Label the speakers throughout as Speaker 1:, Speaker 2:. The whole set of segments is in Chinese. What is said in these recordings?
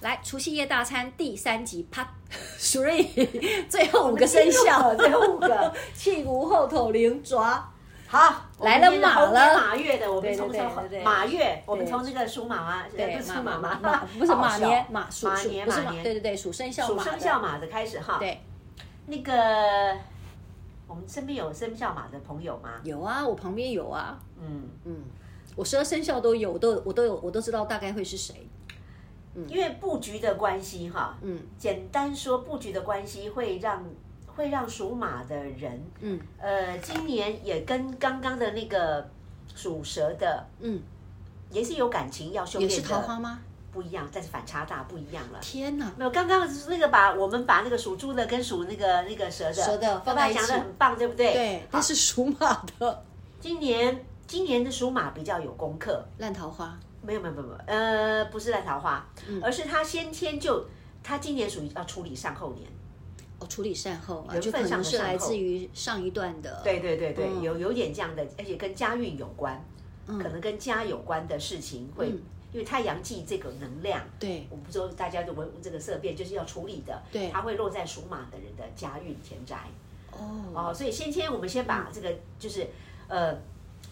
Speaker 1: 来，除夕夜大餐第三集 Part Three，最后五个生 肖，
Speaker 2: 最后五个
Speaker 1: 气无后头灵爪。
Speaker 2: 好，
Speaker 1: 来了
Speaker 2: 我们今天
Speaker 1: 马
Speaker 2: 猴年
Speaker 1: 了
Speaker 2: 马月的，我们从
Speaker 1: 对对对对对
Speaker 2: 马月，我们从这个属马啊，
Speaker 1: 对，
Speaker 2: 呃不是属马嘛，
Speaker 1: 马不是马年，马属
Speaker 2: 马
Speaker 1: 属
Speaker 2: 年
Speaker 1: 不是
Speaker 2: 马
Speaker 1: 马，
Speaker 2: 年
Speaker 1: 对对对，属生肖
Speaker 2: 属
Speaker 1: 马的，
Speaker 2: 生肖马的开始哈。，
Speaker 1: 对，
Speaker 2: 那个我们身边有生肖马的朋友吗？
Speaker 1: 有啊，我旁边有啊，
Speaker 2: 嗯，
Speaker 1: 嗯，我十二生肖都有，我都我都有，我都知道大概会是谁，
Speaker 2: 因为布局的关系哈，
Speaker 1: 嗯
Speaker 2: 简单说布局的关系会让会让属马的人，
Speaker 1: 嗯
Speaker 2: 呃，今年也跟刚刚的那个属蛇的
Speaker 1: 嗯，
Speaker 2: 也是有感情要修
Speaker 1: 也
Speaker 2: 炼
Speaker 1: 是
Speaker 2: 的
Speaker 1: 桃花吗？
Speaker 2: 不一样，但是反差大不一样了。
Speaker 1: 天哪，
Speaker 2: 没有，刚刚那个把我们把那个属猪的跟属那个那个蛇的
Speaker 1: 蛇的放在
Speaker 2: 爸爸
Speaker 1: 一起
Speaker 2: 讲的很棒，对不对？
Speaker 1: 对，
Speaker 2: 好
Speaker 1: 但是属马的
Speaker 2: 今年今年的属马比较有功课，
Speaker 1: 烂桃花，
Speaker 2: 没有没有没有，没有呃，不是烂桃花，
Speaker 1: 嗯
Speaker 2: 而是他先天就他今年属于要处理上后年。
Speaker 1: 哦，处理善后啊，
Speaker 2: 缘
Speaker 1: 就
Speaker 2: 分
Speaker 1: 可
Speaker 2: 上
Speaker 1: 能
Speaker 2: 的
Speaker 1: 是
Speaker 2: 善
Speaker 1: 来
Speaker 2: 后
Speaker 1: 自于上一段的，
Speaker 2: 对对对对，
Speaker 1: 嗯
Speaker 2: 有有点这样的，而且跟家运有关，可能跟家有关的事情会，
Speaker 1: 嗯
Speaker 2: 因为太阳忌这个能量，
Speaker 1: 对
Speaker 2: 我们说大家的文这个色变就是要处理的，
Speaker 1: 对
Speaker 2: 它会落在属马的人的家运田宅。
Speaker 1: 哦，
Speaker 2: 哦，所以先天我们先
Speaker 1: 嗯
Speaker 2: 把这个就是呃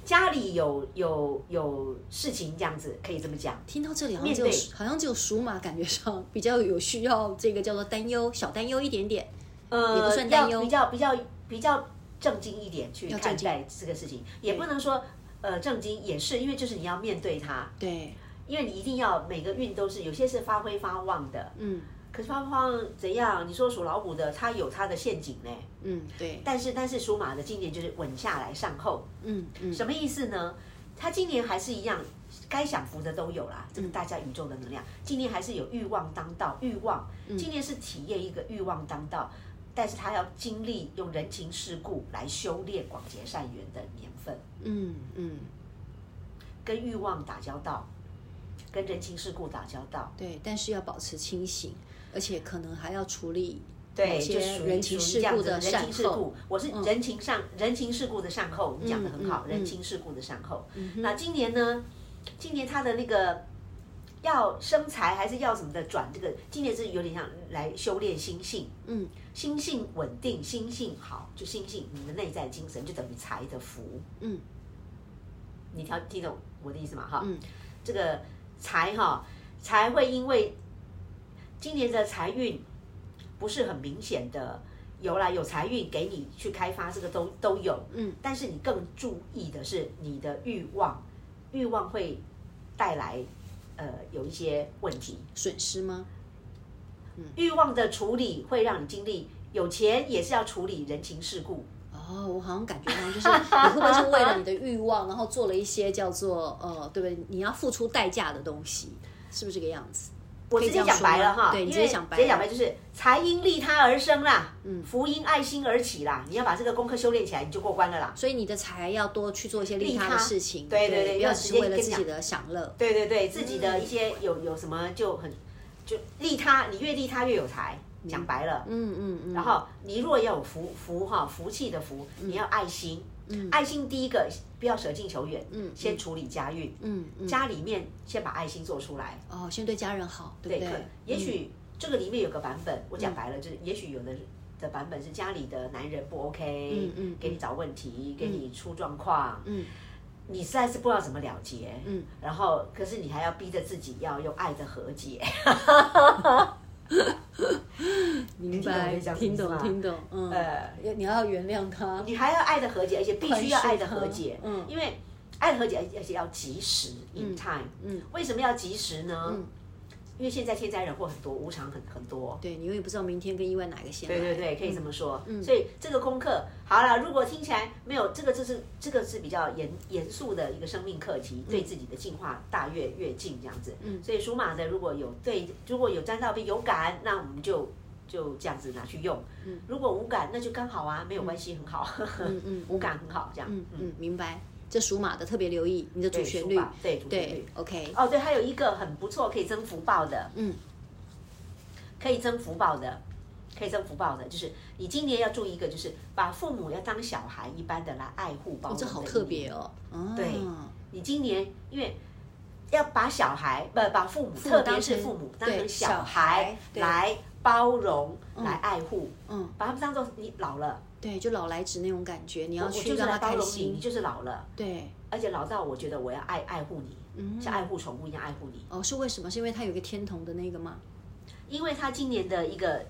Speaker 2: 家里有有有事情这样子，可以这么讲。
Speaker 1: 听到这里好像只有
Speaker 2: 面对
Speaker 1: 好像只有属马，感觉上比较有需要这个叫做担忧，小担忧一点点，
Speaker 2: 呃，
Speaker 1: 也不算担忧
Speaker 2: 要比较比较比较正经一点去
Speaker 1: 要正
Speaker 2: 看
Speaker 1: 经
Speaker 2: 待这个事情，也不能说呃正经，也是因为就是你要面对它，
Speaker 1: 对，
Speaker 2: 因为你一定要每个运都是有些是发挥发旺的，
Speaker 1: 嗯
Speaker 2: 可是发挥发旺怎样？你说属老虎的，它有它的陷阱呢，
Speaker 1: 嗯，对，
Speaker 2: 但是但是属马的今年就是稳下来善后，
Speaker 1: 嗯嗯，
Speaker 2: 什么意思呢？他今年还是一样，该享福的都有啦，这个大家宇宙的能量，今年还是有欲望当道，欲望，今年是体验一个欲望当道，但是他要经历用人情世故来修炼广结善缘的年份，
Speaker 1: 嗯嗯，
Speaker 2: 跟欲望打交道，跟人情世故打交道，
Speaker 1: 对，但是要保持清醒，而且可能还要处理某
Speaker 2: 对，就
Speaker 1: 些
Speaker 2: 属于
Speaker 1: 人情
Speaker 2: 属于
Speaker 1: 世
Speaker 2: 这样
Speaker 1: 故
Speaker 2: 子
Speaker 1: 的
Speaker 2: 人
Speaker 1: 善
Speaker 2: 情世
Speaker 1: 后
Speaker 2: 故。，我是
Speaker 1: 嗯
Speaker 2: 人情上、人情世故的善后，你讲的很好，
Speaker 1: 嗯嗯
Speaker 2: 人
Speaker 1: 嗯
Speaker 2: 情世故的善后。
Speaker 1: 嗯哼
Speaker 2: 那今年呢？今年他的那个要生财还是要什么的转这个，今年是有点像来修炼心性，
Speaker 1: 嗯，
Speaker 2: 心性稳定，心性好，就心性你的内在精神就等于财的福。
Speaker 1: 嗯，
Speaker 2: 你听听懂我的意思吗？哈，
Speaker 1: 嗯，
Speaker 2: 这个财哈财会因为今年的财运不是很明显的。有啦，有财运给你去开发，这个都都有。
Speaker 1: 嗯，
Speaker 2: 但是你更注意的是你的欲望，欲望会带来呃有一些问题。
Speaker 1: 损失吗？嗯
Speaker 2: 欲望的处理会让你经历有钱，也是要处理人情世故。
Speaker 1: 哦，我好像感觉 到就是你会不会是为了你的欲望，然后做了一些叫做呃，对不对？你要付出代价的东西，是不是这个样子？
Speaker 2: 我
Speaker 1: 可以
Speaker 2: 直接
Speaker 1: 这样
Speaker 2: 讲
Speaker 1: 说吗
Speaker 2: 白了哈，
Speaker 1: 对你
Speaker 2: 因
Speaker 1: 直
Speaker 2: 为
Speaker 1: 接讲白
Speaker 2: 直接
Speaker 1: 了嗯
Speaker 2: 讲白就是财因利他而生啦，福因爱心而起啦。你要把这个功课修炼起来，你就过关了啦。
Speaker 1: 所以你的财要多去做一些利
Speaker 2: 利
Speaker 1: 他
Speaker 2: 他
Speaker 1: 的事情，
Speaker 2: 对对
Speaker 1: 对
Speaker 2: 对
Speaker 1: 不
Speaker 2: 要
Speaker 1: 要
Speaker 2: 直
Speaker 1: 只是
Speaker 2: 接
Speaker 1: 为了
Speaker 2: 跟
Speaker 1: 自
Speaker 2: 你
Speaker 1: 己
Speaker 2: 讲
Speaker 1: 的享乐。
Speaker 2: 对对对，自己的一些有有什么就很就利他，你越利他越有财。讲白了，
Speaker 1: 嗯嗯嗯，
Speaker 2: 然后你若要有福福哈福气的福，你要爱心，
Speaker 1: 嗯
Speaker 2: 爱心第一个不要舍近求远，先处理家运，
Speaker 1: 嗯嗯，
Speaker 2: 家里面先把爱心做出来，
Speaker 1: 哦，先对家人好，对不
Speaker 2: 可
Speaker 1: 对？
Speaker 2: 也许这个里面有个版本，我讲白了就是，也许有的的版本是家里的男人不 OK，
Speaker 1: 嗯嗯
Speaker 2: 给你找问题，给你出状况，嗯。你实在是不知道怎么了结，嗯，然后可是你还要逼着自己要用爱的和 解，
Speaker 1: 明
Speaker 2: 白
Speaker 1: 白，
Speaker 2: 听
Speaker 1: 听
Speaker 2: 懂
Speaker 1: 懂
Speaker 2: 听
Speaker 1: 听懂，嗯，呃，你要原谅他，
Speaker 2: 你还要爱的和解，而且必须要爱的和解，
Speaker 1: 宽恕他嗯嗯
Speaker 2: 因为爱的和解，而且要及时，in time，嗯，为什么要及时呢？因为现在天灾人祸很多，无常很很多。
Speaker 1: 对你永远不知道明天跟意外哪个先来。
Speaker 2: 对对对，可以
Speaker 1: 嗯
Speaker 2: 这么说。所以这个功课好了，如果听起来没有这个，就是这个是比较严严肃的一个生命课题，对自己的进化大越越近这样子。
Speaker 1: 嗯
Speaker 2: 所以属马的如果有对，如果有沾到边有感，那我们就就这样子拿去用。如果无感，那就刚好啊，没有关系，很好。
Speaker 1: 嗯嗯，
Speaker 2: 无感很好，这样。
Speaker 1: 嗯嗯，明白。这属马的特别留意你的主旋律
Speaker 2: 属马，对主旋律
Speaker 1: 对，OK，
Speaker 2: 哦，对，还有一个很不错，可以增福报的，
Speaker 1: 嗯，
Speaker 2: 可以增福报的，可以增福报的，就是你今年要注意一个，就是把父母要当小孩一般的来爱护包
Speaker 1: 哦
Speaker 2: 容、，
Speaker 1: 这好特别。哦。哦
Speaker 2: 对你今年因为要把小孩不把父母，
Speaker 1: 父母
Speaker 2: 特
Speaker 1: 当
Speaker 2: 别是
Speaker 1: 成
Speaker 2: 父母当成
Speaker 1: 对
Speaker 2: 小
Speaker 1: 小
Speaker 2: 孩
Speaker 1: 孩对
Speaker 2: 来包容、来爱护，
Speaker 1: 嗯，
Speaker 2: 把他们当做你老了，
Speaker 1: 对，就老来直那种感觉，你要
Speaker 2: 我
Speaker 1: 去
Speaker 2: 就是
Speaker 1: 让
Speaker 2: 来
Speaker 1: 他
Speaker 2: 包
Speaker 1: 开
Speaker 2: 容你，
Speaker 1: 心
Speaker 2: 你。就是老了，
Speaker 1: 对，
Speaker 2: 而且老到我觉得我要爱爱护你，
Speaker 1: 嗯
Speaker 2: 像爱护宠物一样爱护你。
Speaker 1: 哦，是为什么？是因为它有一个天童的那个吗？
Speaker 2: 因为他今年的一个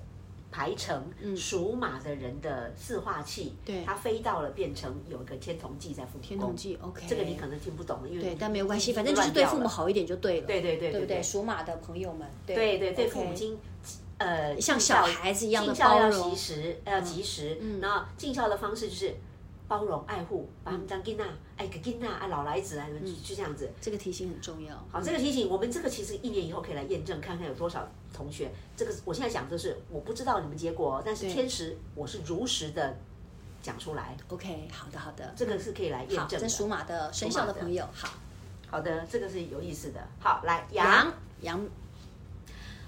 Speaker 2: 排程，属马的人的四化气，
Speaker 1: 嗯对
Speaker 2: 他飞到了变成有一个天同忌在父母宫
Speaker 1: 天童忌，OK，
Speaker 2: 这个你可能听不懂，因为
Speaker 1: 对，
Speaker 2: 你
Speaker 1: 但没有关系，
Speaker 2: 你
Speaker 1: 反正就是
Speaker 2: 乱
Speaker 1: 对
Speaker 2: 掉
Speaker 1: 父母
Speaker 2: 了
Speaker 1: 好一点就对了。
Speaker 2: 对对对
Speaker 1: 对不
Speaker 2: 对
Speaker 1: 对？属马的朋友们，
Speaker 2: 对对对，
Speaker 1: OK
Speaker 2: 父母亲。呃，
Speaker 1: 像
Speaker 2: 尽孝
Speaker 1: 小孩子一样的
Speaker 2: 尽孝
Speaker 1: 包
Speaker 2: 要
Speaker 1: 容嗯
Speaker 2: 及时，要及时。然后尽孝的方式就是包容、爱护，把他
Speaker 1: 嗯
Speaker 2: 们当囡娜，哎，给囡娜啊，老来子啊，你们就就这样子。
Speaker 1: 这个提醒很重要。
Speaker 2: 好，这个提醒我们这个其实一年以后可以来验证，看看有多少同学。这个我现在讲的是我不知道你们结果，但是天时我是如实的讲出来，
Speaker 1: OK，好的好的，
Speaker 2: 这个是可以来验
Speaker 1: 好，
Speaker 2: 证
Speaker 1: 这
Speaker 2: 的。
Speaker 1: 属马的生肖的朋友，好，
Speaker 2: 好的，这个是有意思的。好，来羊
Speaker 1: 羊，羊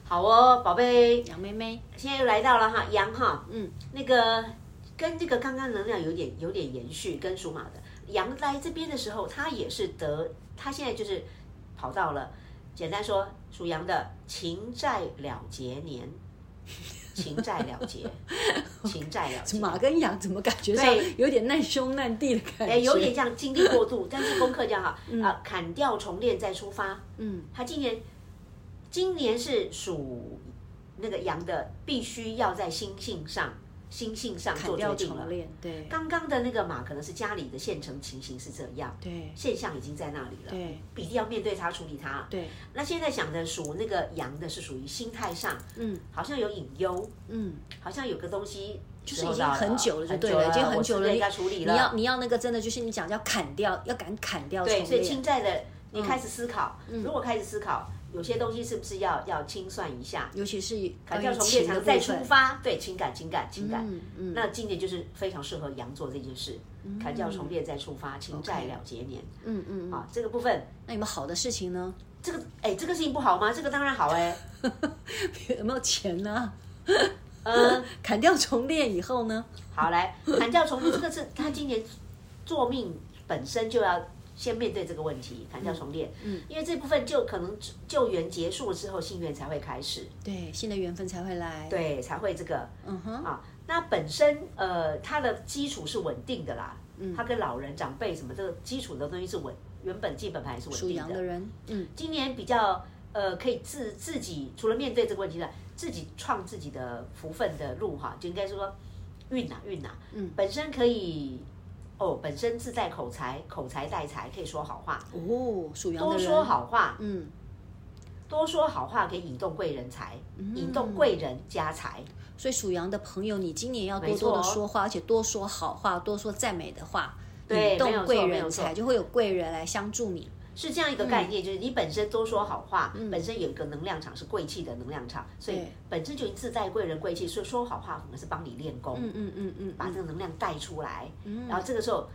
Speaker 2: 好哦，宝贝，
Speaker 1: 羊妹妹，
Speaker 2: 现在又来到了哈羊哈，
Speaker 1: 嗯，
Speaker 2: 那个跟这个刚刚能量有点有点延续，跟属马的羊来这边的时候，它也是得，它现在就是跑到了，简单说，属羊的情债了结年，情债了 结，情债了结。
Speaker 1: 马跟羊怎么感觉上
Speaker 2: 对
Speaker 1: 有点难兄难弟的感觉？
Speaker 2: 哎，有点像经历过 度，但是功课这样哈，啊、砍掉重练再出发。
Speaker 1: 嗯，
Speaker 2: 他今年，今年是属那个羊的，必须要在心性上，心性上
Speaker 1: 砍
Speaker 2: 做决
Speaker 1: 掉
Speaker 2: 定了
Speaker 1: 重。练，对
Speaker 2: 刚刚的那个马可能是家里的现成情形是这样，
Speaker 1: 对
Speaker 2: 现象已经在那里了，
Speaker 1: 对
Speaker 2: 一定要面对它，处理它。
Speaker 1: 对，
Speaker 2: 那现在想的属那个羊的是属于心态上，
Speaker 1: 嗯
Speaker 2: 好像有隐忧，
Speaker 1: 嗯，
Speaker 2: 好像有个东西就是
Speaker 1: 已经很久了就对了，已经很久了，
Speaker 2: 应
Speaker 1: 你
Speaker 2: 该处理
Speaker 1: 你
Speaker 2: 了。
Speaker 1: 要你要那个真的就是你讲叫砍掉，要敢砍掉重
Speaker 2: 对，所以
Speaker 1: 练嗯
Speaker 2: 侵，债的，你开始思考，如果开始思考，有些东西是不是要要清算一下？
Speaker 1: 尤其是
Speaker 2: 砍
Speaker 1: 关
Speaker 2: 掉
Speaker 1: 于
Speaker 2: 重练
Speaker 1: 情的
Speaker 2: 常
Speaker 1: 部
Speaker 2: 再出
Speaker 1: 分，
Speaker 2: 发，对情感情感情感。
Speaker 1: 嗯嗯，
Speaker 2: 那今年就是非常适合羊做这件事，砍掉重练再出发，情债了结年。
Speaker 1: 嗯嗯嗯，
Speaker 2: 啊，这个部分，
Speaker 1: 那有没有好的事情呢？
Speaker 2: 这个哎，这个事情不好吗？这个当然好 哎。
Speaker 1: 有没有钱呢？
Speaker 2: 嗯，
Speaker 1: 砍掉重练以后呢？
Speaker 2: 好来，砍掉重练，这个是他今年做命本身就要先面对这个问题，砍掉重练。嗯，因为这部分就可能救救援结束了之后，新缘才会开始。
Speaker 1: 对，新的缘分才会来。，
Speaker 2: 对，才会这个，
Speaker 1: 嗯哼，
Speaker 2: 啊，那本身呃，它的基础是稳定的啦，
Speaker 1: 嗯
Speaker 2: 它跟老人长辈什么这个基础的东西是稳，原本基本盘是稳
Speaker 1: 属
Speaker 2: 定
Speaker 1: 羊
Speaker 2: 的。
Speaker 1: 的人，嗯，
Speaker 2: 今年比较呃，可以自自己除了面对这个问题呢，自己创自己的福分的路哈，就应该说运呐运呐，嗯，本身可以哦，本身自带口才，口才带财，可以说好话，
Speaker 1: 哦，属羊的
Speaker 2: 多
Speaker 1: 人，
Speaker 2: 说好话，
Speaker 1: 嗯，
Speaker 2: 多说好话可以引动贵人财，
Speaker 1: 嗯
Speaker 2: 引动贵人家财。
Speaker 1: 所以属羊的朋友，你今年要多
Speaker 2: 没错
Speaker 1: 多的说话，而且多说好话，多说赞美的话，
Speaker 2: 对
Speaker 1: 引
Speaker 2: 哎没
Speaker 1: 动
Speaker 2: 有错
Speaker 1: 贵
Speaker 2: 没有
Speaker 1: 人
Speaker 2: 错
Speaker 1: 才，就会有贵人来相助你。
Speaker 2: 是这样一个
Speaker 1: 嗯
Speaker 2: 概念，就是你本身多说好话，本身有一个能量场是贵气的能量场，所以
Speaker 1: 对
Speaker 2: 本身就自带贵人贵气，所以说好话可能是帮你练功，
Speaker 1: 嗯嗯嗯嗯，
Speaker 2: 把这个能量带出来。然后这个时候，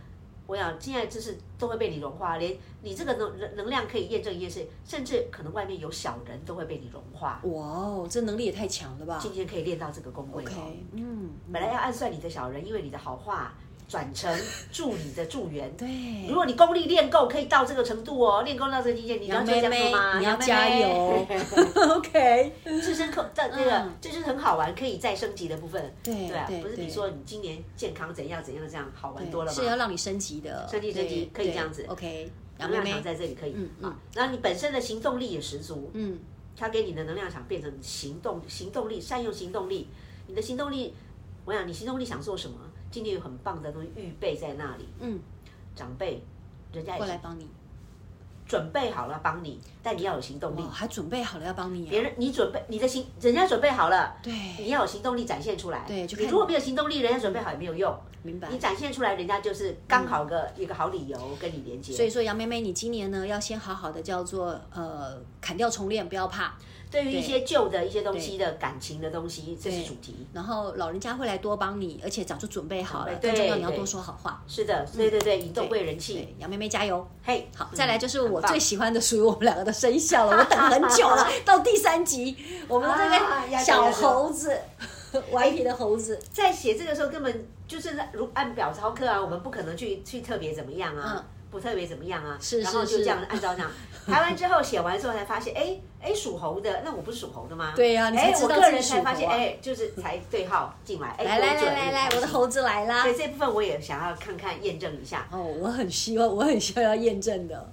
Speaker 2: 我想现在就是都会被你融化，连你这个能能能量可以验证一件事，甚至可能外面有小人都会被你融化。
Speaker 1: 哇哦，这能力也太强了吧
Speaker 2: 今天可以练到这个功位哦。
Speaker 1: ？OK，嗯，
Speaker 2: 本来要暗算你的小人，因为你的好话转成助你的助缘， 如
Speaker 1: 对，
Speaker 2: 果你功力练够，可以到这个程度哦，练功到这个境界，你要
Speaker 1: 杨
Speaker 2: 就这
Speaker 1: 妹妹
Speaker 2: 样子吗？，
Speaker 1: 你要
Speaker 2: 杨妹妹
Speaker 1: 加油 ，OK，
Speaker 2: 自身扣在那个
Speaker 1: 嗯，
Speaker 2: 这就是很好玩，可以再升级的部分。
Speaker 1: 对
Speaker 2: 对啊
Speaker 1: 对，
Speaker 2: 不是
Speaker 1: 对
Speaker 2: 你说你今年健康怎样怎样这样好玩多了
Speaker 1: 是要
Speaker 2: 吗？
Speaker 1: 让你升级的，
Speaker 2: 升级升
Speaker 1: 对
Speaker 2: 级可以
Speaker 1: 对
Speaker 2: 这样子
Speaker 1: OK，杨
Speaker 2: 能
Speaker 1: 妹
Speaker 2: 量场
Speaker 1: 妹，
Speaker 2: 在这里可以
Speaker 1: 嗯嗯
Speaker 2: 啊，然后你本身的行动力也十足，
Speaker 1: 嗯，
Speaker 2: 它给你的能量场变成行动行动力，善用行动力，你的行动力，我想你行动力想做什么，今年有很棒的东西预备在那里，
Speaker 1: 嗯，
Speaker 2: 长辈，人家也
Speaker 1: 过来
Speaker 2: 是
Speaker 1: 帮你，
Speaker 2: 准备好了帮你，但你要有行动力
Speaker 1: 哦，。还准备好了要帮你、
Speaker 2: 别
Speaker 1: 啊，
Speaker 2: 人你准备你的行，人家准备好了，你
Speaker 1: 对，
Speaker 2: 要有行动力展现出来。
Speaker 1: 对就看
Speaker 2: 你如果没有行动力，人家准备好也没有用。
Speaker 1: 明白
Speaker 2: 你。展现出来，人家就是刚好个一个好理由跟你连接。
Speaker 1: 所以说，杨妹妹，你今年呢要先好好的叫做呃砍掉重练，不要怕。
Speaker 2: 对于一些旧的一些东西的感情的东西，这是主题。
Speaker 1: 然后老人家会来多帮你，而且早就准备好了。
Speaker 2: 准备
Speaker 1: 更重要，
Speaker 2: 对
Speaker 1: 你要多
Speaker 2: 对
Speaker 1: 说好话。
Speaker 2: 是的，对对对，引动贵人气。
Speaker 1: 对，杨妹妹加油！
Speaker 2: 嘿，
Speaker 1: 好，
Speaker 2: 嗯
Speaker 1: 再来就是我
Speaker 2: 很棒
Speaker 1: 最喜欢的，属于我们两个的生肖了。我等很久了， 到第三集，我们这
Speaker 2: 啊
Speaker 1: 个
Speaker 2: 要
Speaker 1: 小
Speaker 2: 要
Speaker 1: 猴子， 顽皮的猴子，
Speaker 2: 在写这个时候根本就是如按表操课啊，我们不可能去去特别怎么样啊，
Speaker 1: 嗯
Speaker 2: 不特别怎么样啊，
Speaker 1: 是
Speaker 2: 然后
Speaker 1: 是
Speaker 2: 就这样
Speaker 1: 是
Speaker 2: 按照 这样排完之后写完之后才发现，哎哎属猴的，那我不是属猴的吗？
Speaker 1: 对啊呀你才
Speaker 2: 哎
Speaker 1: 知
Speaker 2: 我
Speaker 1: 道
Speaker 2: 个
Speaker 1: 自己
Speaker 2: 人
Speaker 1: 属
Speaker 2: 才发现，
Speaker 1: 猴啊
Speaker 2: 哎就是才对号进来，哎
Speaker 1: 来来
Speaker 2: 多准
Speaker 1: 来来来，
Speaker 2: 开
Speaker 1: 我的
Speaker 2: 心
Speaker 1: 猴子来啦
Speaker 2: 所！以这部分我也想要看看验证一下，
Speaker 1: 哦，我很希望，我很需要验证的。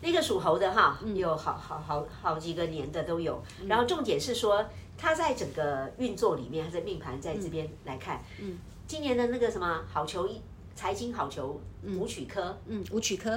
Speaker 2: 那个属猴的哈，
Speaker 1: 嗯
Speaker 2: 有好好好好几个年的都有。然后重点是说，它在整个运作里面，它在命盘在这边来看，嗯，今年的那个什么好球一财经好球武曲科，
Speaker 1: 嗯，武曲科，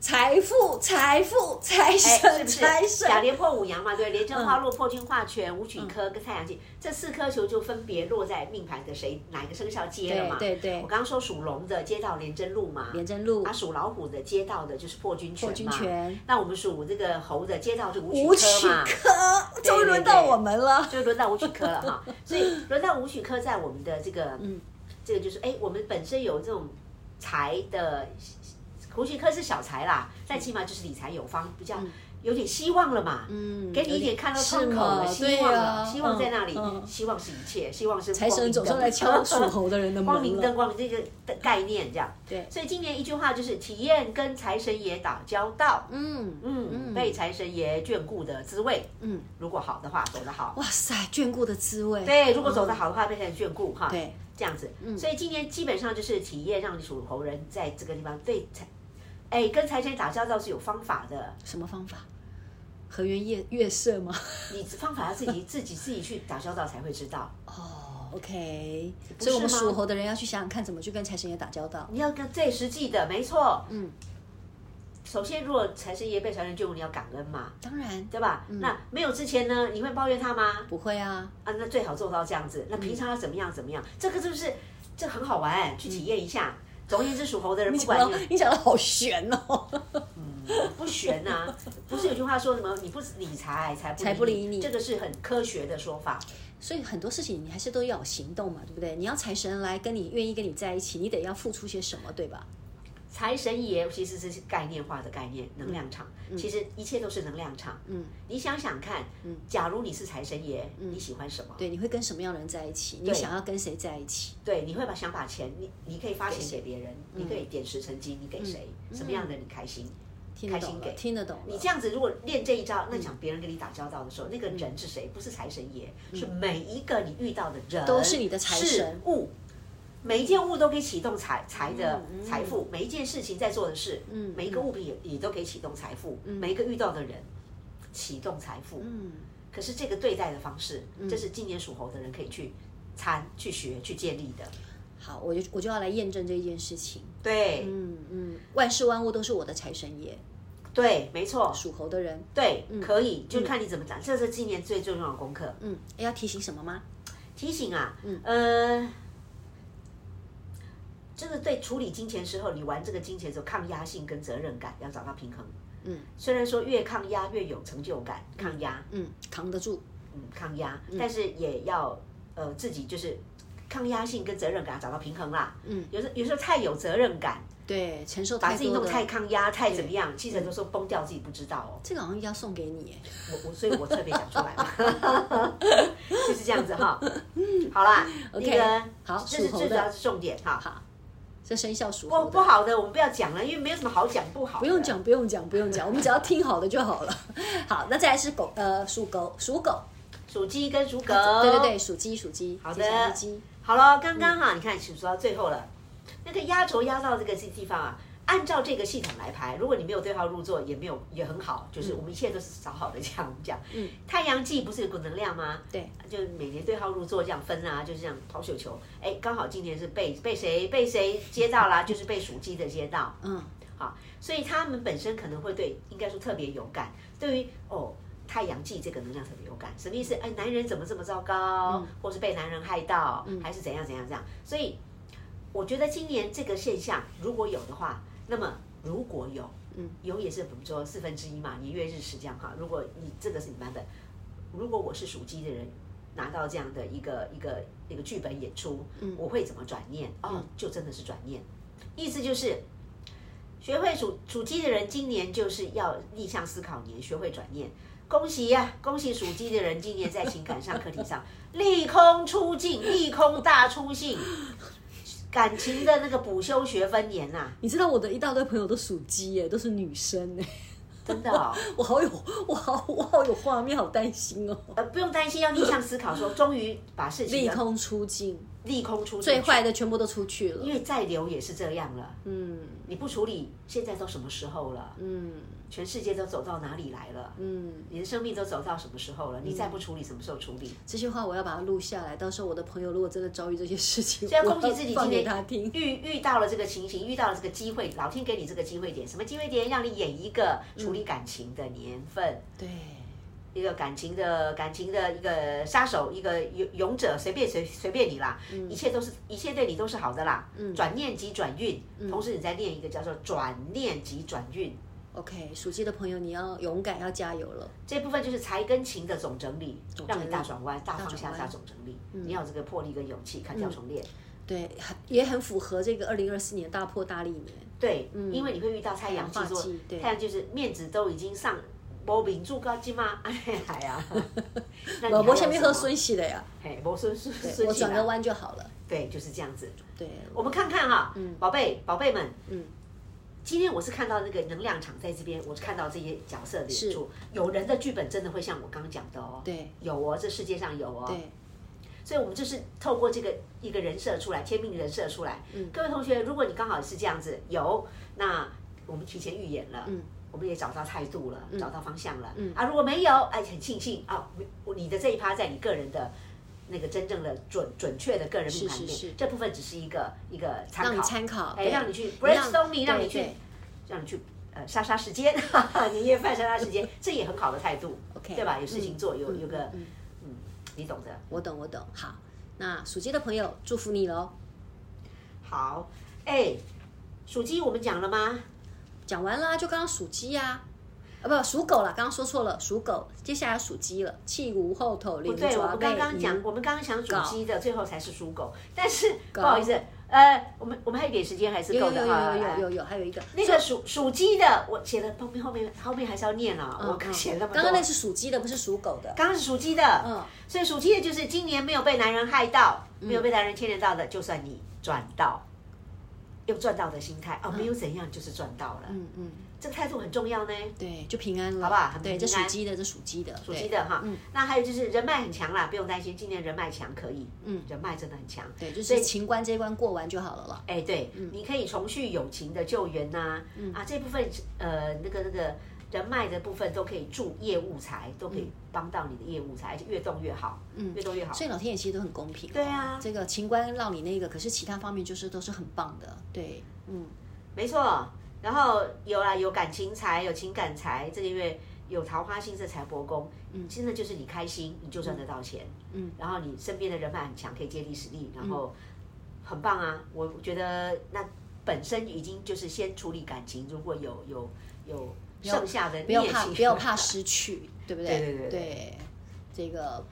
Speaker 1: 财富，财富，财
Speaker 2: 哎，
Speaker 1: 神，
Speaker 2: 是 不
Speaker 1: 财
Speaker 2: 是？
Speaker 1: 神，
Speaker 2: 甲连破五阳嘛，对，连贞化禄、破军化权、武曲科跟太阳镜
Speaker 1: 嗯
Speaker 2: 这四颗球就分别落在命盘的谁哪个生肖接了嘛？
Speaker 1: 对对对
Speaker 2: 我刚刚说属龙的接到连贞禄嘛，
Speaker 1: 廉贞路
Speaker 2: 啊，，属老虎的接到的就是破军权
Speaker 1: 破军
Speaker 2: 嘛。
Speaker 1: 权，
Speaker 2: 那我们属这个猴的接到就
Speaker 1: 武
Speaker 2: 武
Speaker 1: 曲
Speaker 2: 曲科嘛，
Speaker 1: 科，终于
Speaker 2: 对
Speaker 1: 轮
Speaker 2: 对
Speaker 1: 到
Speaker 2: 对
Speaker 1: 我们了。
Speaker 2: 就轮到武曲科了 哈。所以轮到武曲科在我们的这个，
Speaker 1: 嗯
Speaker 2: 这个就是哎，我们本身有这种财的，武曲科是小财啦，但起码就是理财有方，比较有点希望了嘛。
Speaker 1: 嗯，
Speaker 2: 给你一点看到窗口
Speaker 1: 是吗
Speaker 2: 了，希
Speaker 1: 对
Speaker 2: 望了，
Speaker 1: 啊
Speaker 2: 希望在那里
Speaker 1: 嗯，嗯
Speaker 2: 希望是一切，希望是
Speaker 1: 财神总是来敲属猴的人的门
Speaker 2: 光明灯、
Speaker 1: 了。
Speaker 2: 光明这个的概念这样。
Speaker 1: 对，
Speaker 2: 所以今年一句话就是体验跟财神爷打交道，
Speaker 1: 嗯
Speaker 2: 嗯，被财神爷眷顾的滋味，
Speaker 1: 嗯，
Speaker 2: 如果好的话走得好，
Speaker 1: 哇塞，眷顾的滋味。
Speaker 2: 对，哎如果走得好的话被财神眷顾哈，
Speaker 1: 对，嗯
Speaker 2: 这样子，所以今年基本上就是体验让属猴人在这个地方对财，哎，跟财神打交道是有方法的，
Speaker 1: 什么方法？河源夜月色吗？
Speaker 2: 你方法要自己自己自己去打交道才会知道，
Speaker 1: 哦，OK，
Speaker 2: 不是吗
Speaker 1: 所以我们属猴的人要去想想看怎么去跟财神爷打交道。
Speaker 2: 你要跟最实际的，没错，
Speaker 1: 嗯，
Speaker 2: 首先如果财神爷被财神眷顾，你要感恩嘛，
Speaker 1: 当然
Speaker 2: 对吧？那没有之前呢，你会抱怨他吗？
Speaker 1: 嗯不嗯会啊，
Speaker 2: 啊，那最好做到这样子。那平常要怎么样怎么样，这个就是这很好玩，去体验一下。总而言之，属猴的人不
Speaker 1: 讲
Speaker 2: 管
Speaker 1: 到
Speaker 2: 你
Speaker 1: 嗯你讲的好悬哦。
Speaker 2: 不悬呐、不是有句话说什么你不理财财不
Speaker 1: 财不理你
Speaker 2: 这个是很科学的说法。
Speaker 1: 所以很多事情你还是都要有行动嘛，对不对？你要财神来跟你愿意跟你在一起，你得要付出些什么，对吧？
Speaker 2: 财神爷其实是概念化的概念，能量场，其实一切都是能量场。嗯，你想想看，假如你是财神爷，你喜欢什么？
Speaker 1: 对，你会跟什么样的人在一起？你想要跟谁在一起？
Speaker 2: 对，你会把想把钱，你你可以发钱给别人，你可以点石成金，你给谁？什么样的你开心？
Speaker 1: 听得懂
Speaker 2: 开心
Speaker 1: 了，
Speaker 2: 给
Speaker 1: 听得懂了
Speaker 2: 你这。样子，如果练这一招，
Speaker 1: 嗯
Speaker 2: 那讲别人跟你打交道的时候，那个人是谁？不是财神爷，是每一个你遇到的人
Speaker 1: 都是你的财神
Speaker 2: 事物，每一件物都可以启动财财的
Speaker 1: 嗯
Speaker 2: 财富，每一件事情在做的事，每一个物品也也都可以启动财富，每一个遇到的人启动财富。
Speaker 1: 嗯，
Speaker 2: 可是这个对待的方式，这是今年属猴的人可以去参、去学、去建立的。
Speaker 1: 好，我就我就要来验证这一件事情。
Speaker 2: 对
Speaker 1: 嗯嗯，万事万物都是我的财神爷，
Speaker 2: 对，没错，
Speaker 1: 属猴的人。
Speaker 2: 对，可以，就看你怎么讲。这是今年最重要的功课。
Speaker 1: 嗯，要提醒什么吗？
Speaker 2: 提醒啊，呃，这个对处理金钱时候，你玩这个金钱的时候，抗压性跟责任感要找到平衡。嗯，虽然说越抗压越有成就感，抗压，
Speaker 1: 嗯，扛得住。
Speaker 2: 嗯，抗压，但是也要呃自己就是抗压性跟责任感找到平衡啦。嗯，有时有时候太有责任感，
Speaker 1: 对，承受
Speaker 2: 把
Speaker 1: 太
Speaker 2: 自己弄
Speaker 1: 多
Speaker 2: 太
Speaker 1: 的。
Speaker 2: 抗压，太怎么样，其实很多时候崩掉自己不知道哦。
Speaker 1: 这个好像要送给你耶，
Speaker 2: 我我所以，我特别讲出来嘛， 就是这样子哈。好啦
Speaker 1: OK，
Speaker 2: 那个
Speaker 1: 好
Speaker 2: 这是
Speaker 1: 属猴
Speaker 2: 最
Speaker 1: 的
Speaker 2: 主要是重点哈。
Speaker 1: 好这生肖属
Speaker 2: 不
Speaker 1: 猴
Speaker 2: 不
Speaker 1: 的。
Speaker 2: 好的，我们不要讲了，因为没有什么好讲不好。
Speaker 1: 不用。讲，不用讲，不用讲，我们只要听好的就好了。 好，那再来是狗，呃，属狗，属狗，
Speaker 2: 属鸡跟属狗。
Speaker 1: 对对对，。属鸡，属鸡，
Speaker 2: 哦好的
Speaker 1: 接下来是鸡，
Speaker 2: 好了，刚刚啊哈，你看数到最后了，那个压轴压到这个地方啊，按照这个系统来排，如果你没有对号入座，也没有也很好，
Speaker 1: 嗯
Speaker 2: 就是我们一切都是找好的这样讲。嗯。太阳系不是有股能量吗？
Speaker 1: 对，
Speaker 2: 就每年对号入座这样分啊，就是这样抛 绣球。哎，刚好今年是被被谁被谁接到啦，就是被属鸡的接到。
Speaker 1: 嗯，
Speaker 2: 啊，所以他们本身可能会对，应该说特别有感，对于哦。太阳系这个能量特别有感，什么意思？哎，男人怎么这么糟糕，或是被男人害到，还是怎样怎样怎样？所以我觉得今年这个现象如果有的话，那么如果有，嗯，有也是我们说四分之一嘛，年月日时这样哈。如果你这个是你版本，如果我是属鸡的人，拿到这样的一个一个一个剧本演出，我会怎么转念？哦，就真的是转念，意思就是。学会属属鸡的人，今年就是要逆向思考年，学会转念。恭喜呀、恭喜属鸡的人，今年在情感上、课题上 利空出尽，利空大出尽，感情的那个补修学分年呐、
Speaker 1: 你知道我的一大堆朋友都属鸡耶，都 是女生哎，
Speaker 2: 真的哦。
Speaker 1: 我好有，我好，我好有画面，好担心哦。
Speaker 2: 呃，不用担心，要逆向思考说，终于把事情
Speaker 1: 利
Speaker 2: 的
Speaker 1: 空出尽，
Speaker 2: 利空出尽
Speaker 1: 最坏的全部都出去了
Speaker 2: 因。为再留也是这样了，
Speaker 1: 嗯
Speaker 2: 你不处理，现在都什么时候了？
Speaker 1: 嗯
Speaker 2: 全世界都走到哪里来了？
Speaker 1: 嗯，
Speaker 2: 你的生命都走到什么时候了？你再不处理，什么时候处理？
Speaker 1: 这些话我要把它录下来，到时候我的朋友如果真的遭遇这些事情，
Speaker 2: 所以要
Speaker 1: 我
Speaker 2: 恭喜自己
Speaker 1: 放
Speaker 2: 今
Speaker 1: 给他
Speaker 2: 天
Speaker 1: 听。
Speaker 2: 遇遇到了这个情形，遇到了这个机会，老天给你这个机会点，什么机会点？让你演一个处理感情的年份，
Speaker 1: 嗯对，
Speaker 2: 一个感情的感情的一个杀手，一个勇勇者，随便随随便你啦，
Speaker 1: 嗯
Speaker 2: 一切都是一切对你都是好的啦。转念即转运，
Speaker 1: 嗯
Speaker 2: 同时你在练一个叫做转念即转运。
Speaker 1: OK，属鸡的朋友你要勇敢，要加油了。
Speaker 2: 这部分就是财跟情的总整理，
Speaker 1: 整理
Speaker 2: 让你大转弯、大放
Speaker 1: 大转
Speaker 2: 下、
Speaker 1: 弯嗯
Speaker 2: 大总整理。你要有这个魄力跟勇气，砍掉重练。
Speaker 1: 对，很也很符合这个二零二四年大破大立年。
Speaker 2: 对，
Speaker 1: 嗯
Speaker 2: 因为你会遇到太阳
Speaker 1: 太阳
Speaker 2: 记
Speaker 1: 化
Speaker 2: 作
Speaker 1: 忌对，
Speaker 2: 太阳就是面子都已经上，无名柱高级嘛，安尼来 啊。那你还
Speaker 1: 我
Speaker 2: 有
Speaker 1: 我下面喝
Speaker 2: 什么
Speaker 1: 孙，喜的呀，
Speaker 2: 嘿，无孙孙孙
Speaker 1: 我
Speaker 2: 喜啦
Speaker 1: 转个，弯就好了。
Speaker 2: 对，就是这样子。
Speaker 1: 对，
Speaker 2: 我们看看哈，宝贝宝贝们，嗯，今天我是看到那个能量场在这边，我是看到这些角色的演出，有人的剧本真的会像我刚刚讲的哦，
Speaker 1: 对，
Speaker 2: 有哦，这世界上有哦，
Speaker 1: 对，
Speaker 2: 所以我们就是透过这个一个人设出来，天命人设出来。
Speaker 1: 嗯
Speaker 2: 各位同学，如果你刚好是这样子，有那我们提前预演了，
Speaker 1: 嗯
Speaker 2: 我们也找到态度了，找到方向了。啊，如果没有，哎，很庆幸啊，我你的这一趴在你个人的。那个真正的准准确的个人命盘里面，
Speaker 1: 是是
Speaker 2: 这部分只是一个一个参考，
Speaker 1: 让你参考，
Speaker 2: 哎
Speaker 1: 对
Speaker 2: 让你去
Speaker 1: 让
Speaker 2: brainstorming，让你
Speaker 1: 对
Speaker 2: 去
Speaker 1: 对
Speaker 2: 让你去呃杀杀时间， 哈哈，年夜饭杀杀时 间，这也很好的态度
Speaker 1: OK，
Speaker 2: 对吧？有事情做，有
Speaker 1: 嗯
Speaker 2: 有个
Speaker 1: 嗯嗯
Speaker 2: 嗯，你懂的。
Speaker 1: 我懂，我懂。好，那属鸡的朋友，祝福你喽！
Speaker 2: 好，哎，属鸡我们讲了吗？
Speaker 1: 讲完啦，就刚刚属鸡呀、啊，不属狗啦，刚刚说错了，属狗。接下来属鸡了，气无后头，
Speaker 2: 不
Speaker 1: 灵
Speaker 2: 对，我
Speaker 1: 爪
Speaker 2: 们
Speaker 1: 背
Speaker 2: 刚刚讲，
Speaker 1: 鱼。
Speaker 2: 我们刚刚讲属鸡的，最后才是属狗。但是
Speaker 1: 狗
Speaker 2: 不好意思，呃，我们我们还有点时间还是
Speaker 1: 有
Speaker 2: 够
Speaker 1: 有
Speaker 2: 的
Speaker 1: 有
Speaker 2: 啊。
Speaker 1: 有有
Speaker 2: 哎
Speaker 1: 有有，还有一个
Speaker 2: 那个属属鸡的，我写了后面后面后面还是要念啊，我刚写了那么
Speaker 1: 嗯
Speaker 2: 多。
Speaker 1: 刚刚那是属鸡的，不是属狗的。
Speaker 2: 刚刚是属鸡的，
Speaker 1: 嗯
Speaker 2: 所以属鸡的就是今年没有被男人害到，没有被男人牵连到的，就算你赚到，用赚到的心态哦，没有怎样就是赚到了，
Speaker 1: 嗯嗯，
Speaker 2: 这个态度很重要呢。
Speaker 1: 对，就平安了，
Speaker 2: 好不好很
Speaker 1: 对，这
Speaker 2: 平
Speaker 1: 属
Speaker 2: 安
Speaker 1: 鸡的，这属鸡的，
Speaker 2: 属
Speaker 1: 对
Speaker 2: 鸡的哈，
Speaker 1: 嗯
Speaker 2: 那还有就是人脉很强啦，不用担心，今年人脉强可以，
Speaker 1: 嗯
Speaker 2: 人脉真的很强，
Speaker 1: 对，就
Speaker 2: 所
Speaker 1: 是
Speaker 2: 以
Speaker 1: 情关这一关过完就好了啦。
Speaker 2: 哎，对，你可以重续友情的救援呐、啊，这部分呃那个那个人脉的部分都可以助业务财，都可以帮到你的业务财，而且越动越好，嗯，越动越好。
Speaker 1: 所以老天爷其实都很公平哦。
Speaker 2: 对啊
Speaker 1: 这个情关让你那个，可是其他方面就是都是很棒的。对，嗯，
Speaker 2: 没错，然后有啦，有感情财，有情感财，这个月有桃花星是财帛宫，嗯，真的就是你开心，你就赚得到钱，嗯，然后你身边的人脉很强，可以接地实力，
Speaker 1: 嗯
Speaker 2: 然后很棒啊！我觉得那本身已经就是先处理感情，如果有有有剩下的
Speaker 1: 不要
Speaker 2: 孽
Speaker 1: 怕，
Speaker 2: 情
Speaker 1: 不要怕失去，对不对？
Speaker 2: 对对对对
Speaker 1: 这个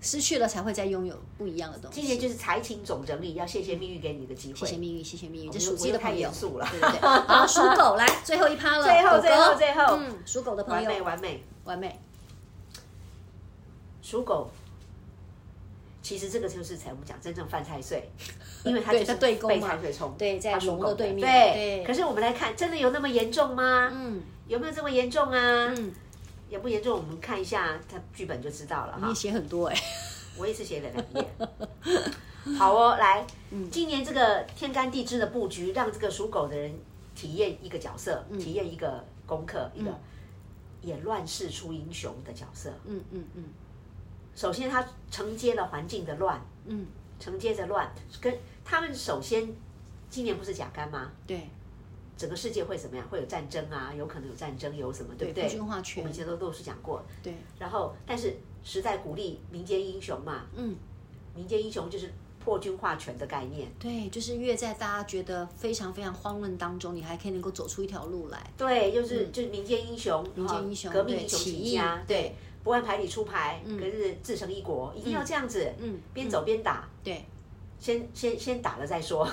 Speaker 1: 失去了才会再拥有不一样的东西。
Speaker 2: 今年就是财情总整理，要谢谢命运给你的机会。
Speaker 1: 谢谢命运，谢谢命运，这
Speaker 2: 我
Speaker 1: 属鸡
Speaker 2: 我
Speaker 1: 的
Speaker 2: 又太
Speaker 1: 朋友，
Speaker 2: 严肃了
Speaker 1: 对对对。好，属狗来，最后一趴了，
Speaker 2: 最后
Speaker 1: 狗狗
Speaker 2: 最后最后
Speaker 1: 嗯，属狗的朋
Speaker 2: 完
Speaker 1: 友
Speaker 2: 美完美，
Speaker 1: 完美，
Speaker 2: 属狗。其实这个就是才我们讲真正犯太岁，因为他
Speaker 1: 对
Speaker 2: 就是
Speaker 1: 它对勾
Speaker 2: 被
Speaker 1: 嘛
Speaker 2: 太岁冲，
Speaker 1: 对在
Speaker 2: 它属
Speaker 1: 龙的
Speaker 2: 狗
Speaker 1: 对面对
Speaker 2: 对，可是我们来看，真的有那么严重吗？
Speaker 1: 嗯
Speaker 2: 有没有这么严重啊？
Speaker 1: 嗯，
Speaker 2: 也不严重，我们看一下他剧本就知道了
Speaker 1: 你
Speaker 2: 哈
Speaker 1: 也。写很多哎，
Speaker 2: 我也是写了两页。好哦，来，
Speaker 1: 嗯
Speaker 2: 今年这个天干地支的布局，让这个属狗的人体验一个角色，
Speaker 1: 嗯
Speaker 2: 体验一个功课，一个也乱世出英雄的角色。
Speaker 1: 嗯嗯嗯
Speaker 2: 首先，他承接了环境的乱，
Speaker 1: 嗯，啊
Speaker 2: 承接着乱，跟他们首先今年不是甲干吗？
Speaker 1: 对，
Speaker 2: 整个世界会怎么样？会有战争啊，有可能有战争，有什么，对不对？
Speaker 1: 孤军化圈
Speaker 2: 我们以前都都是讲过。
Speaker 1: 对。
Speaker 2: 然后，但是时代鼓励民间英雄嘛，
Speaker 1: 嗯，
Speaker 2: 民间英雄就是破军化权的概念。
Speaker 1: 对，就是越在大家觉得非常非常慌乱当中，你还可以能够走出一条路来。
Speaker 2: 对，就是、就是民间英雄，
Speaker 1: 嗯
Speaker 2: 民
Speaker 1: 间英雄
Speaker 2: 哦革命
Speaker 1: 对
Speaker 2: 英雄
Speaker 1: 起
Speaker 2: 起家
Speaker 1: 义，嗯
Speaker 2: 对，不按牌理出牌，可是自成一国，一定要这样子，嗯，边走边打，
Speaker 1: 对，
Speaker 2: 先先先打了再 说，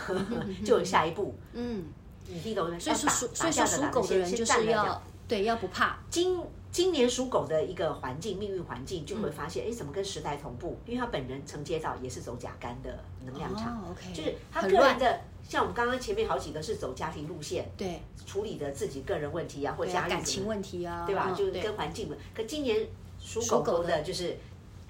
Speaker 2: 就有下一步，
Speaker 1: 嗯，
Speaker 2: 你听懂吗？
Speaker 1: 所以说属，所以说属狗的
Speaker 2: 的
Speaker 1: 人就是要对要不怕，
Speaker 2: 今今年属狗的一个环境命运环境，就会发现，哎、怎么跟时代同步？因哎为他本人承接到也是走甲干的能量场、
Speaker 1: 哦，OK，
Speaker 2: 就是他
Speaker 1: 很
Speaker 2: 个人
Speaker 1: 乱
Speaker 2: 的，像我们刚刚前面好几个是走家庭路线，
Speaker 1: 对
Speaker 2: 处理的自己个人问题啊，或
Speaker 1: 对
Speaker 2: 家
Speaker 1: 啊
Speaker 2: 里
Speaker 1: 感情问题啊，对
Speaker 2: 啊，就是
Speaker 1: 对
Speaker 2: 跟环境嘛。可今年属狗
Speaker 1: 狗
Speaker 2: 狗
Speaker 1: 的
Speaker 2: 的就是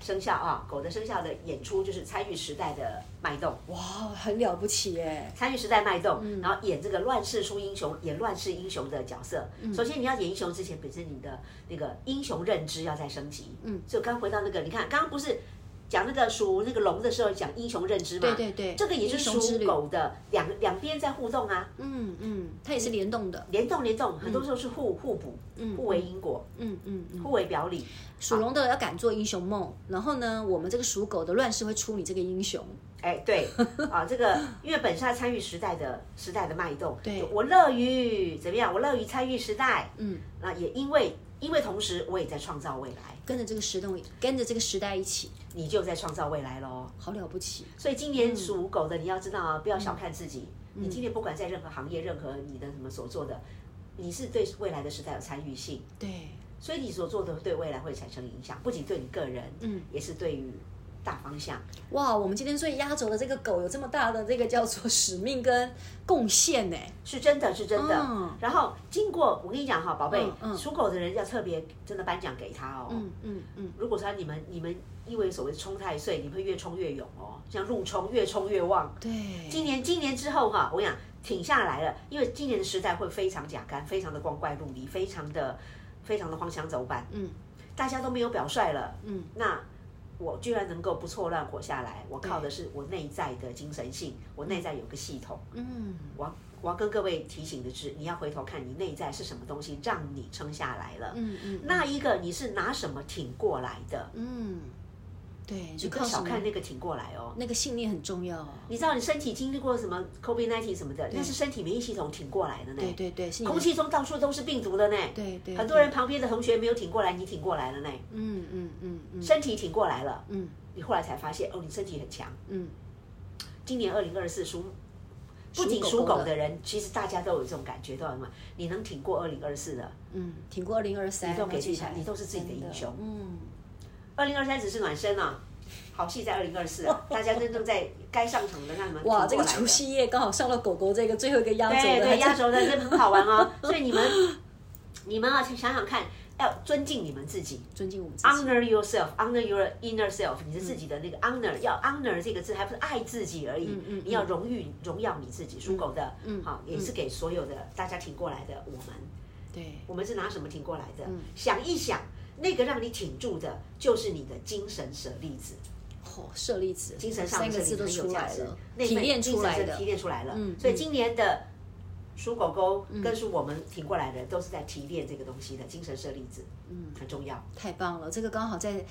Speaker 2: 生肖啊，狗的生肖的演出就是参与时代的脉动，
Speaker 1: 哇，哦很了不起耶，
Speaker 2: 参与时代脉动，
Speaker 1: 嗯
Speaker 2: 然后演这个乱世出英雄，演乱世英雄的角色。
Speaker 1: 嗯
Speaker 2: 首先，你要演英雄之前，本身你的那个英雄认知要再升级。嗯，所以我刚回到那个，你看刚刚不是讲那个属那个龙的时候讲英雄认知嘛？
Speaker 1: 对对对，
Speaker 2: 这个也是
Speaker 1: 英雄之
Speaker 2: 属
Speaker 1: 旅
Speaker 2: 狗的，两两边在互动啊，
Speaker 1: 嗯嗯，它也是联动的，
Speaker 2: 联动联动，很多时候是互互补，互为因果，
Speaker 1: 嗯嗯嗯，
Speaker 2: 互为表里。
Speaker 1: 属龙的要敢做英雄梦，然后呢，我们这个属狗的乱世会出你这个英雄，
Speaker 2: 哎， 对啊，这个因为本身要参与时代的时代的脉动，
Speaker 1: 对
Speaker 2: 就我乐于怎么样？我乐于参与时代，
Speaker 1: 嗯，
Speaker 2: 那也因为因为同时我也在创造未来，
Speaker 1: 跟着这个时动，跟着这个时代一起，
Speaker 2: 你就在创造未来喽。
Speaker 1: 好嗯了不起，
Speaker 2: 所以今年属狗的，你要知道啊，不要小看自己。
Speaker 1: 嗯
Speaker 2: 你今年不管在任何行业、任何你的什么所做的，你是对未来的时代有参与性，
Speaker 1: 对，
Speaker 2: 所以你所做的对未来会产生影响，不仅对你个人，嗯，也是对于大方向。
Speaker 1: 哇，我们今天最压轴的这个狗有这么大的这个叫做使命跟贡献呢，
Speaker 2: 是真的，是真的。
Speaker 1: 嗯
Speaker 2: 然后经过，我跟你讲哈，宝贝
Speaker 1: 嗯，嗯
Speaker 2: 属、狗的人要特别真的颁奖给他哦。
Speaker 1: 嗯嗯嗯，
Speaker 2: 如果说你们你们因为所谓冲太岁，你们会越冲越勇哦，像入冲越冲越旺。
Speaker 1: 对，
Speaker 2: 今年今年之后哈、我跟你讲挺下来了，因为今年的时代会非常甲干，非常的光怪陆离，非常的非常的荒腔走板。
Speaker 1: 嗯，
Speaker 2: 大家都没有表率了。
Speaker 1: 嗯，
Speaker 2: 那。我居然能够不错乱活下来，我靠的是我内在的精神性，我内在有个系统，
Speaker 1: 嗯，
Speaker 2: 我要我要跟各位提醒的是，你要回头看你内在是什么东西让你撑下来了。
Speaker 1: 嗯嗯
Speaker 2: 那一个你是拿什么挺过来的？
Speaker 1: 嗯，对，就
Speaker 2: 你不
Speaker 1: 靠
Speaker 2: 要小
Speaker 1: 什么
Speaker 2: 看那个挺过来哦。
Speaker 1: 那个信念很重要，
Speaker 2: 你知道你身体经历过什么 COVID 1 9什么的，那是身体免疫系统挺过来的呢。
Speaker 1: 对对对，是你的
Speaker 2: 空气中到处都是病毒的呢。
Speaker 1: 对对，
Speaker 2: 很多人旁边的同学没有挺过来，你挺过来了呢。
Speaker 1: 对，嗯嗯嗯嗯，
Speaker 2: 身体挺过来了，
Speaker 1: 嗯
Speaker 2: 你后来才发现哦，你身体很强。
Speaker 1: 嗯，
Speaker 2: 今年二零二四属不仅
Speaker 1: 属
Speaker 2: 属
Speaker 1: 狗狗
Speaker 2: 狗
Speaker 1: 的
Speaker 2: 的人，其实大家都有这种感觉，都有什么？你能挺过二零二四的，
Speaker 1: 嗯，挺过二零二三，
Speaker 2: 你都给
Speaker 1: 然后接
Speaker 2: 自己
Speaker 1: 下来
Speaker 2: 你都是自己的英雄
Speaker 1: 真嗯，
Speaker 2: 二零二三只是暖身啊，好戏在二零二四啊，大家真正在该上场的让你们
Speaker 1: 哇，这
Speaker 2: 挺
Speaker 1: 个
Speaker 2: 过来的哎
Speaker 1: 除夕夜刚好上了狗狗这个最后一个压轴
Speaker 2: 对
Speaker 1: 的，
Speaker 2: 对压轴的真的很好玩哦，所以你们你们啊想想看，要尊敬你们自己。
Speaker 1: 尊敬我们自己，
Speaker 2: Honor yourself, honor your inner self，你是自己的那个 honor，要 honor 这个字，还不是爱自己而已，
Speaker 1: 嗯
Speaker 2: 你要荣誉、荣耀你自己。属狗的，
Speaker 1: 嗯
Speaker 2: 好，也是给所有的大家挺过来的我们，
Speaker 1: 对，嗯
Speaker 2: 我们是拿什么挺过来的？想一想，那个让你挺住的，就是你的精神舍利子。
Speaker 1: 哦，舍利子，
Speaker 2: 精神上
Speaker 1: 三
Speaker 2: 的
Speaker 1: 个字
Speaker 2: 是
Speaker 1: 都
Speaker 2: 很有
Speaker 1: 出
Speaker 2: 价
Speaker 1: 来
Speaker 2: 值
Speaker 1: 了，，
Speaker 2: 那
Speaker 1: 提
Speaker 2: 份
Speaker 1: 炼出来
Speaker 2: 精神是提
Speaker 1: 的，
Speaker 2: 炼出来了。
Speaker 1: 嗯
Speaker 2: 所以今年的属狗狗跟属我们挺过来的，都是在提炼这个东西的精神舍利子，嗯，很重要。
Speaker 1: 太棒了，这个刚好在。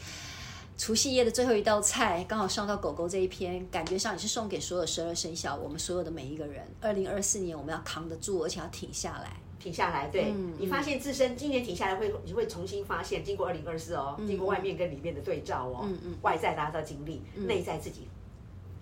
Speaker 1: 除夕夜的最后一道菜，刚好上到狗狗这一篇，感觉上也是送给所有十二生肖，我们所有的每一个人。二零二四年我们要扛得住，而且要挺下来。
Speaker 2: 停下来，对、
Speaker 1: 嗯
Speaker 2: 你发现自身今年停下来会，你会重新发现，经过二零二四哦，经过外面跟里面的对照哦，
Speaker 1: 嗯嗯
Speaker 2: 外在拿到经历，内在自己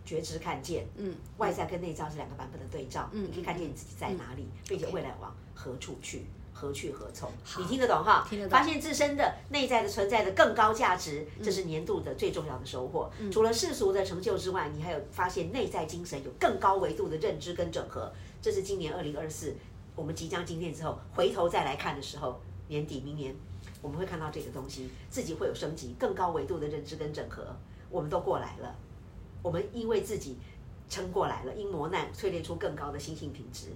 Speaker 2: 觉知看见，
Speaker 1: 嗯，
Speaker 2: 外在跟内在是两个版本的对照，
Speaker 1: 嗯
Speaker 2: 你可以看见你自己在哪里，并且未来往何处去。何去何从？你听得懂哈？
Speaker 1: 听得懂
Speaker 2: 发现自身的内在的存在的更高价值，这是年度的最重要的收获。除了世俗的成就之外，你还有发现内在精神有更高维度的认知跟整合。这是今年二零二四，我们即将经验之后，回头再来看的时候，年底明年我们会看到这个东西，自己会有升级，更高维度的认知跟整合。我们都过来了，我们因为自己撑过来了，因磨难淬炼出更高的心性品质，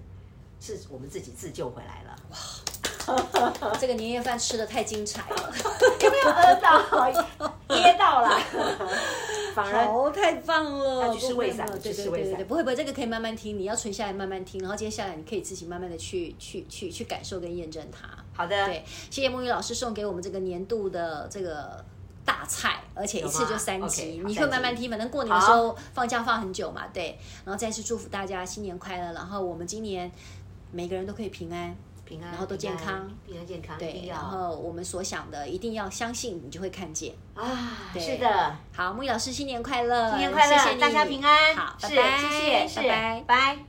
Speaker 2: 是我们自己自救回来了。
Speaker 1: 这个年夜饭吃的太精彩了，
Speaker 2: 有没有饿到？噎到了，反而
Speaker 1: 好，太棒棒了，
Speaker 2: 要去吃
Speaker 1: 不会
Speaker 2: 胃散
Speaker 1: 了
Speaker 2: 去
Speaker 1: 对
Speaker 2: 吃
Speaker 1: 对对
Speaker 2: 胃
Speaker 1: 对
Speaker 2: 散
Speaker 1: 对，不会不会，这个可以慢慢听，你要存下来慢慢听，然后接下来你可以自己慢慢的去去去去感受跟验证它。
Speaker 2: 好的，
Speaker 1: 对，谢谢木鱼老师送给我们这个年度的这个。大菜，而且一次就三集
Speaker 2: 有，吗
Speaker 1: 你
Speaker 2: OK，好
Speaker 1: 会慢慢听，反正过年的时候放假放很久嘛，对。然后再次祝福大家新年快乐，然后我们今年每个人都可以平安，
Speaker 2: 平安，
Speaker 1: 然后都健康
Speaker 2: 平安，平安健康，一啊定
Speaker 1: 对。
Speaker 2: 要
Speaker 1: 然后我们所想的一定要相信，你就会看见。
Speaker 2: 啊，
Speaker 1: 对
Speaker 2: 是的，
Speaker 1: 好，木鱼老师新年快乐，
Speaker 2: 新年快乐，
Speaker 1: 谢谢你
Speaker 2: 大家平安，
Speaker 1: 好，拜
Speaker 2: 是，
Speaker 1: 拜，
Speaker 2: 谢谢，是
Speaker 1: 拜拜，
Speaker 2: 拜。